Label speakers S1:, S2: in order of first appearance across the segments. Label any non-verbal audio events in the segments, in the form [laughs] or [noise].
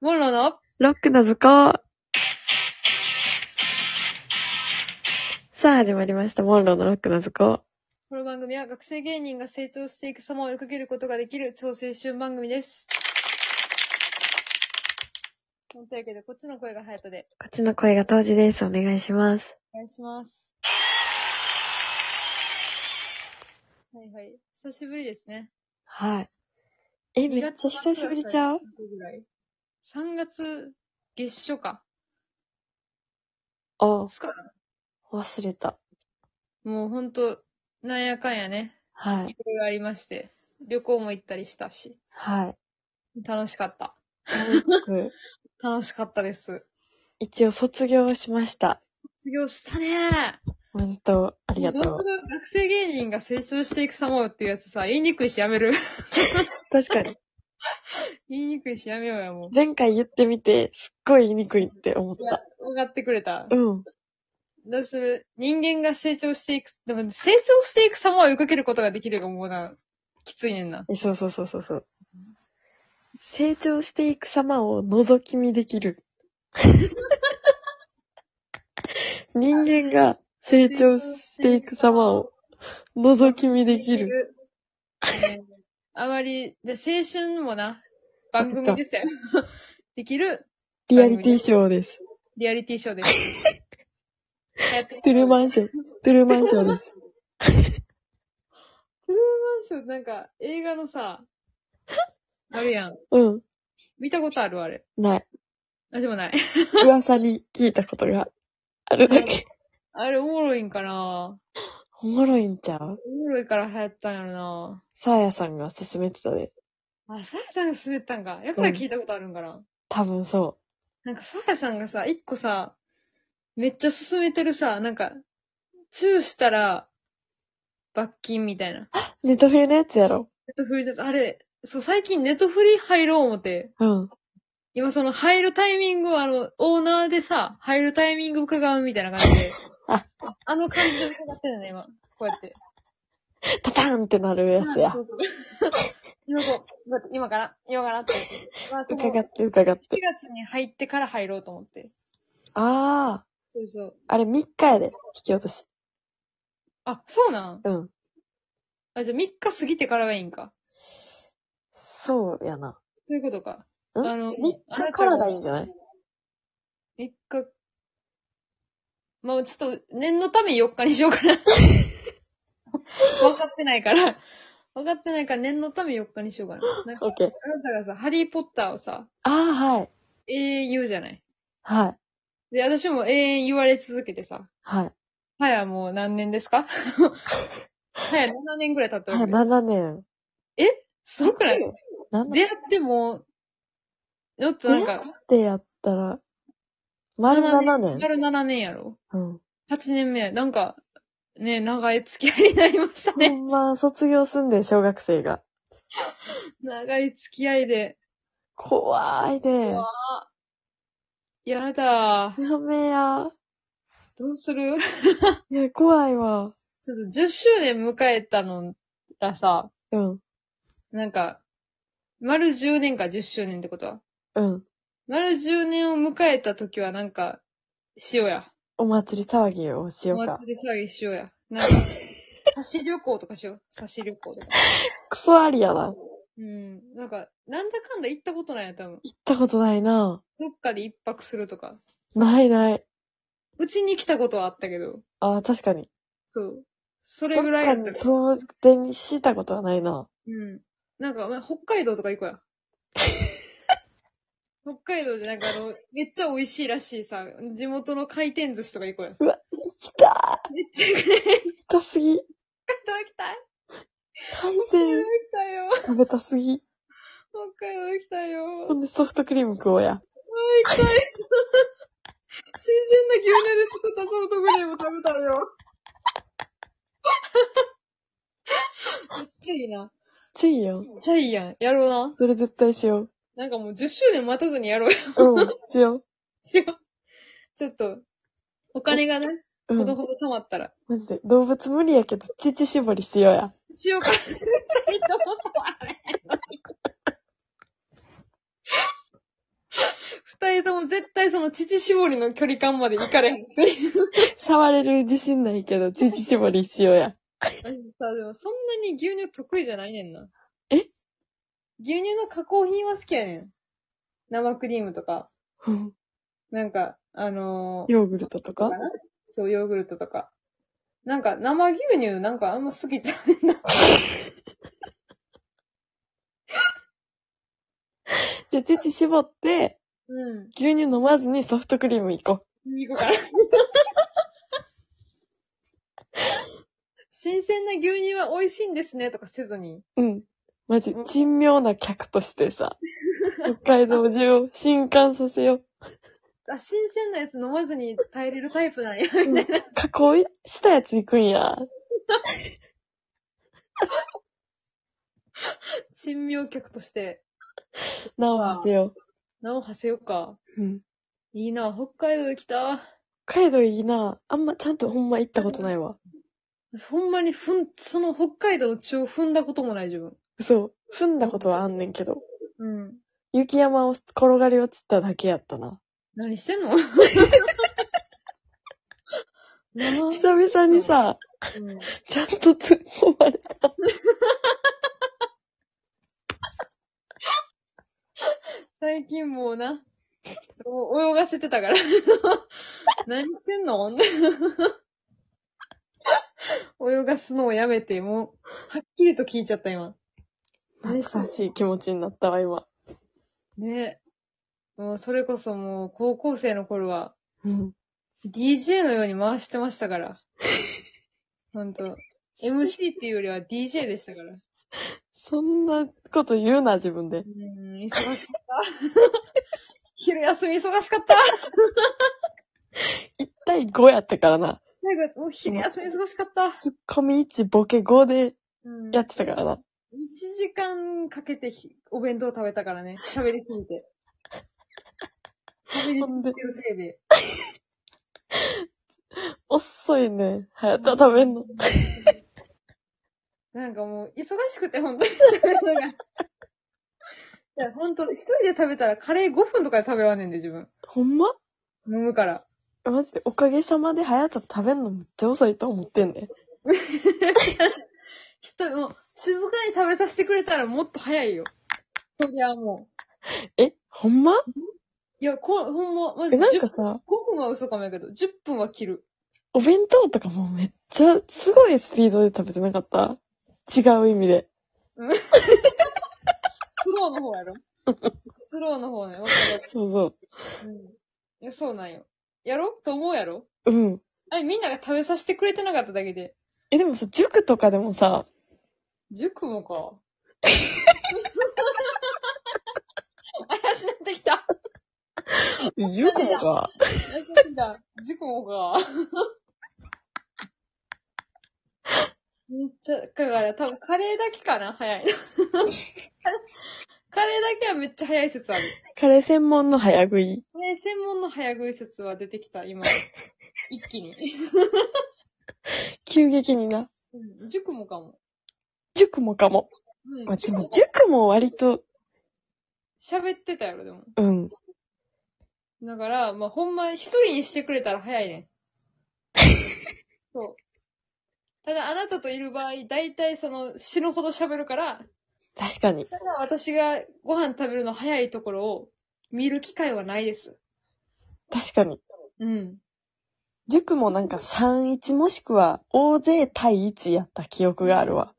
S1: モンローの
S2: ロックの図工。さあ、始まりました。モンローのロックの図工。
S1: この番組は学生芸人が成長していく様を追いかけることができる超青春番組です。というわけで、こっちの声がハヤトで。
S2: こっちの声が当時です。お願いします。
S1: お願いします。はいはい。久しぶりですね。
S2: はい。え、めっ
S1: 2
S2: ちゃ
S1: 月
S2: 久しぶりちゃう
S1: ぐらい ?3 月月初か。
S2: あ、忘れた。
S1: もうほんと、なんやかんやね。
S2: はい。
S1: いろいろありまして。旅行も行ったりしたし。
S2: はい。
S1: 楽しかった。
S2: 楽しく
S1: 楽しかったです。
S2: [laughs] 一応卒業しました。
S1: 卒業したねー。
S2: 本当、ありが
S1: ど
S2: とう
S1: す。る学生芸人が成長していく様をっていうやつさ、言いにくいしやめる。 [laughs]
S2: 確かに。
S1: 言いにくいしやめようや、もう。
S2: 前回言ってみて、すっごい言いにくいって思った。
S1: 分かってくれた。
S2: うん。
S1: どうする人間が成長していく、でも成長していく様を追いかけることができるがもうな、きついねんな。
S2: えそうそうそうそうそう。成長していく様を覗き見でき [laughs] る。人間が成長していく様を覗き見できる。
S1: る。ねあまり、で青春もな、番組でしたよ。 [laughs] できる
S2: リアリティショーです。
S1: リアリティショーです。
S2: [laughs] トゥルーマンショー。トゥルーマンショーです。
S1: トゥルーマンションなんか映画のさ、あるやん。
S2: うん。
S1: 見たことあるあれ。
S2: ない。
S1: 私もない。
S2: 噂に聞いたことがあるだけ。
S1: あれおもろいんかな
S2: おもろいんちゃう
S1: おもろいから流行ったんやろな
S2: サーヤさんが勧めてたで。
S1: あ、さやさんが滑ったんか。やから聞いたことあるんかな、
S2: 多分そ
S1: なんかさやさんがさ、一個さ、めっちゃ進めてるさ、なんか、チューしたら、罰金みたいな。
S2: う。ネットフリのやつやろ。
S1: ネットフリだあれ、そう、最近ネットフリ入ろう思って。
S2: うん。
S1: 今その入るタイミングをあの、オーナーでさ、入るタイミング伺うみたいな感じで
S2: あ。
S1: あの感じで伺ってるね、今。こうやって。
S2: タターンってなるやつや
S1: そ。うそう [laughs] 今こう、待って今から、今からって。まあ、その
S2: 伺
S1: 7
S2: って伺って。
S1: 月に入ってから入ろうと思って。
S2: ああ、
S1: そうそう。
S2: あれ3日やで、引き落とし。
S1: あ、そうなん
S2: うん。
S1: あ、じゃあ3日過ぎてからがいいんか。
S2: そうやな。
S1: そういうことか。
S2: ん
S1: あの
S2: ?3 日からがいいんじゃない
S1: ?3 日。まあちょっと、念のため4日にしよう
S2: [laughs]
S1: かな。分かってないから。分かってないから念のため4日にしようかな。なんか、
S2: オッケー。
S1: あなたがさ、ハリーポッターをさ、
S2: ああ、はい。
S1: 永遠言うじゃない。
S2: はい。
S1: で、私も永遠言われ続けてさ。
S2: はい。
S1: はやもう何年ですか [laughs] はや7年ぐらい経って
S2: あ、
S1: るわけです。
S2: 7年。
S1: すごくない
S2: 7年
S1: 出会っても、ちょっとなんか、
S2: ってやったら、丸7年。
S1: 丸7年やろ
S2: うん。
S1: ?8 年目や。なんか、ね、長い付き合いになりました
S2: ほ
S1: ね。
S2: んま、卒業すんで、小学生が。
S1: 長い付き合いで。
S2: 怖いで。
S1: 怖やだー。
S2: やめや。
S1: どうする
S2: いや、怖いわ。
S1: ちょっと10周年迎えたのらさ、
S2: うん。
S1: なんか、丸10年か10周年ってことは。
S2: うん。
S1: 丸10年を迎えた時はなんか、しようや。
S2: お祭り騒ぎをしよう
S1: お
S2: か。
S1: 祭り騒ぎしようや。なん
S2: [laughs]
S1: か、差し旅行とかしよう。差し旅行とか。
S2: クソありやな。行
S1: うん。なんか、なんだかんだ行ったことないや、多分。
S2: ったことないな。
S1: どっかで一泊するとか。
S2: ないない。
S1: うちに来たことはあったけど。
S2: ああ、確かに。
S1: そう。それ
S2: ど
S1: ぐ
S2: っ
S1: らい
S2: か
S1: やっ
S2: に
S1: たから。
S2: 遠出にしたことはないな。
S1: うん。なんか、まあ、北海道とか行こう
S2: [laughs]
S1: や。北海道でなんかあの、めっちゃ美味しいらしいさ、地元の回転寿司とか行こうや。
S2: 行きた
S1: めっちゃ行くね。
S2: い行きたすぎ
S1: 北海道行きたい
S2: 海
S1: 北海道
S2: 鮮
S1: 行きたいよ。
S2: 食べたすぎ
S1: 北海道行きたいよ。
S2: ほんでソフトクリーム食おうや。
S1: 行きたい。新鮮な牛乳で作ったソフトクリーム食べたいよ。めっちゃいいな。
S2: ちいよ。
S1: めっちゃいいやん。やろうな。
S2: それ絶対しよ
S1: なんかもう10周年待たずにやろうよ。
S2: う。うん、しよ
S1: しようちょっと、お金がね、
S2: う。う
S1: ほど
S2: ん。
S1: ほど貯まったら。
S2: マジで。動物無理やけど、乳絞りしようや。
S1: しようか。絶対に止まらへんのにの乳絞りの距離感までいかれへん。さ
S2: 触れる自信ないけど、乳絞りしようや。
S1: あでもそんなに牛乳得意じゃないねんな。
S2: え
S1: 牛乳の加工品は好きやねん。生クリームとか。
S2: うん
S1: なんか、あのー、
S2: ヨーグルトとか
S1: そう、ヨーグルトとか。なんか、生牛乳なんかあんま好きちゃうねんな。
S2: じゃあ、乳絞って、
S1: う
S2: 牛乳飲まずにソフトクリーム行こ
S1: ん。いい子から。新鮮な牛乳は美味しいんですねとかせずに。
S2: う。うん。マジ
S1: うん、
S2: 珍妙な客としてさ、北海道中を震撼させよう。
S1: あ、新鮮なやつ飲まずに耐えれるタイプなんや、みたい [laughs] な。
S2: 加工したやつ行くんや。
S1: 珍妙客として、
S2: なお待てよ。
S1: 名を馳せようか。
S2: うん。
S1: いいな、北海道来た。
S2: 北海道いいな。あんまちゃんとほんま行ったことないわ。
S1: ほんまにふん、その北海道の地を踏んだこともない自分。
S2: そう。踏んだことはあんねんけど。
S1: うん。
S2: 雪山を転がり落ちただけやったな。
S1: 何して
S2: [laughs]
S1: んの生
S2: 久々にさ、
S1: うん
S2: ちゃんと突っ込まれた。
S1: 最近もうな、お泳がせてたから。 [laughs] 何してんの泳がすのをやめて、もう、はっきりと聞いちゃった今。
S2: 懐かしい気持ちになったわ、今。
S1: ね。もうそれこそもう高校生の頃は
S2: うん。
S1: DJ のように回してました
S2: [laughs]
S1: から。ほんと。MC っていうよりは DJ でしたから。う
S2: そんなこと言うな、自分で。
S1: ーん、忙しかった。 [laughs] 昼休み忙しかった。
S2: 1対5やったからな。
S1: なんかもう昼休み忙しかった。
S2: ツッコミ1、ボケ5で
S1: うん。
S2: やってたからな。
S1: 1時間かけてひお弁当食べたからね。喋りすぎて。喋り
S2: ほん
S1: す
S2: で
S1: ぎてるせいで。
S2: 遅いね。早田食べんの。
S1: なんかもう、忙しくて、本当に喋るのが。いや、本当一人で食べたらカレー5分とかで食べ終わんねんで、自分。
S2: ほんま
S1: 飲むから。
S2: マジでおかげさまで早田食べんのめっちゃ遅いと思ってんね。
S1: 一人、もう、静かに食べさせてくれたらもっと早いよ。そりゃも
S2: え、ほんま
S1: う。いや、こ、ほんま、まず
S2: え、なん
S1: 10
S2: かさ、
S1: 5分は嘘かもやけど、10分は切る。
S2: お弁当とかもうめっちゃすごいスピードで食べてなかった違う意味で。
S1: スローの方や
S2: [laughs]
S1: ろスローの方ね。わかる
S2: そうそ
S1: うん。いや、そうなんよ。やろと思うやろ
S2: う。うん。
S1: あれ、みんなが食べさせてくれてなかっただけで。
S2: え、でもさ、塾とかでもさ、
S1: 塾もか。怪しなってきた。
S2: 塾もか。
S1: 怪しなってきた。塾もか。めっちゃ、だから多分カレーだけかな早
S2: [laughs]
S1: いの。カレーだけはめっちゃ早い説ある。
S2: カレー専門の早食い。
S1: カレー専門の早食い説は出てきた、今。一気に。
S2: 急激にな。
S1: うん塾もかも。
S2: 塾もかも。
S1: うん
S2: まあ、で
S1: 塾も
S2: も塾も割と、
S1: 喋ってたやろ、でも。
S2: うん。
S1: だから、まあ、ほんま、一人にしてくれたら早いねん。そう。ただ、あなたといる場合、だいたいその、死ぬほど喋るから、
S2: 確かに。
S1: ただ私がご飯食べるの早いところを見る機会はないです。
S2: 確かに。
S1: うん。
S2: 塾もなんか3-1もしくは大勢対1やった記憶があるわ。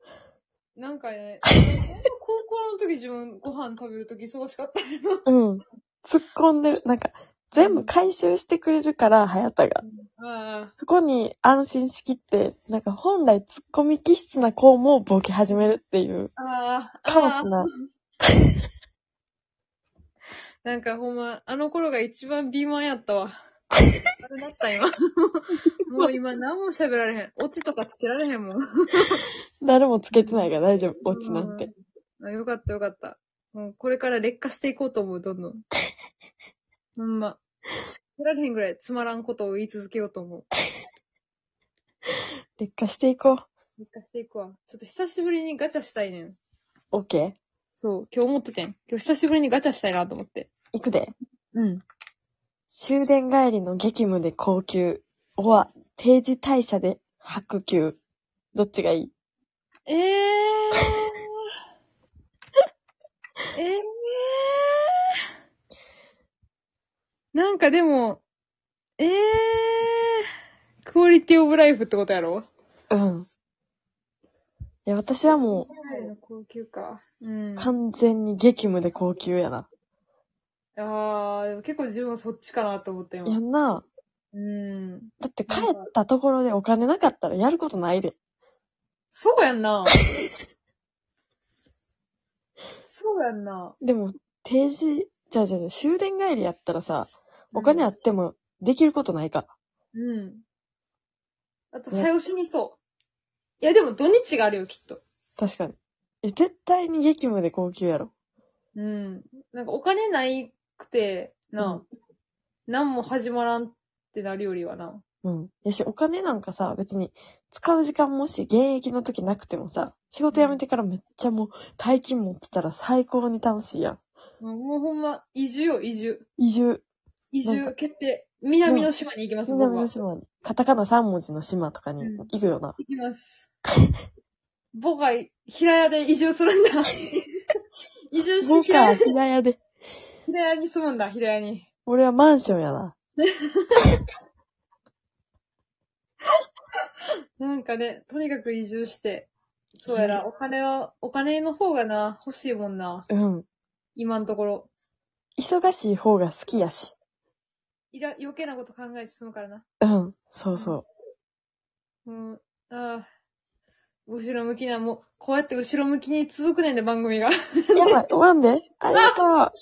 S1: なんかね、ほんと高校の時自分ご飯食べる時忙しかったよ。
S2: うん。突っ込んでる。なんか、全部回収してくれるから、早田が。
S1: [laughs] ああ、
S2: そこに安心しきって、なんか本来突っ込み気質な子もボケ始めるっていう、
S1: ああ、
S2: カオスな。
S1: [laughs] なんかほんま、あの頃が一番美慢やったわ。あれだった
S2: [laughs]
S1: 今。もう今何も喋られへん。オチとかつけられへんもん。
S2: 誰もつけてないから大丈夫、オチなんて。
S1: あ。よかったよかった。もうこれから劣化していこうと思う、どんどん。
S2: [laughs]
S1: ほんま。つけられへんぐらいつまらんことを言い続けようと思う。
S2: 劣化していこう。
S1: 劣化していくわ。ちょっと久しぶりにガチャしたいねん。
S2: オッケー
S1: そう、今日思っててん。今日久しぶりにガチャしたいなと思って。
S2: いくで。
S1: うん。
S2: 終電帰りの激務で高級。おは、定時退社で白球。どっちがいい [laughs]
S1: ええー。ええー。なんかでも、ええー。クオリティオブライフってことやろ
S2: うん。いや、私はも
S1: 高級か。うん
S2: う、。完全に激務で高級やな。
S1: ああ、でも結構自分はそっちかなと思った
S2: や
S1: 今。
S2: んな。
S1: うん。
S2: だって帰ったところでお金なかったらやることないで。
S1: そうやん
S2: [laughs]
S1: な。そうやんな。
S2: でも、定時、じゃあじゃあじゃあ終電帰りやったらさ、お金あってもできることないか。
S1: うん。あと、
S2: ね
S1: 早押しにそう。いや、でも土日があるよ、きっと。
S2: 確かに。え、絶対に激務で高級やろ。
S1: うん。なんかお金ないくて、な、なんも始まらんってなるよりはな。
S2: うん。やし、お金なんかさ、別に、使う時間もし、現役の時なくてもさ、仕事辞めてからめっちゃもう、大金持ってたら最高に楽しいやん。
S1: うんもうほんま、移住よ、移住。
S2: 移住、
S1: 移
S2: なん
S1: 住決定。南の島に行きます、僕
S2: 南
S1: は。
S2: の
S1: 行
S2: 島に、カタカナ3文字の島とかに行くよな。
S1: きます。僕は平屋で移住する
S2: [laughs]
S1: んだ。移住して
S2: 僕
S1: 平
S2: は
S1: 屋、
S2: 平屋で、
S1: 平屋に住むんだ、平屋に。
S2: 俺はマンションやな。
S1: なんかね、とにかく移住して。そうやら、お金は、お金の方がな、欲しいもんな。
S2: うん。
S1: 今のところ。
S2: 忙しい方が好きやし。
S1: いら、余計なこと考えて済むからな。
S2: うん。そうそ
S1: うん。ああ。後ろ向きな、もう、こうやって後ろ向きに続くねんで、番組が。
S2: う。やばい、終わんで。ありがとう。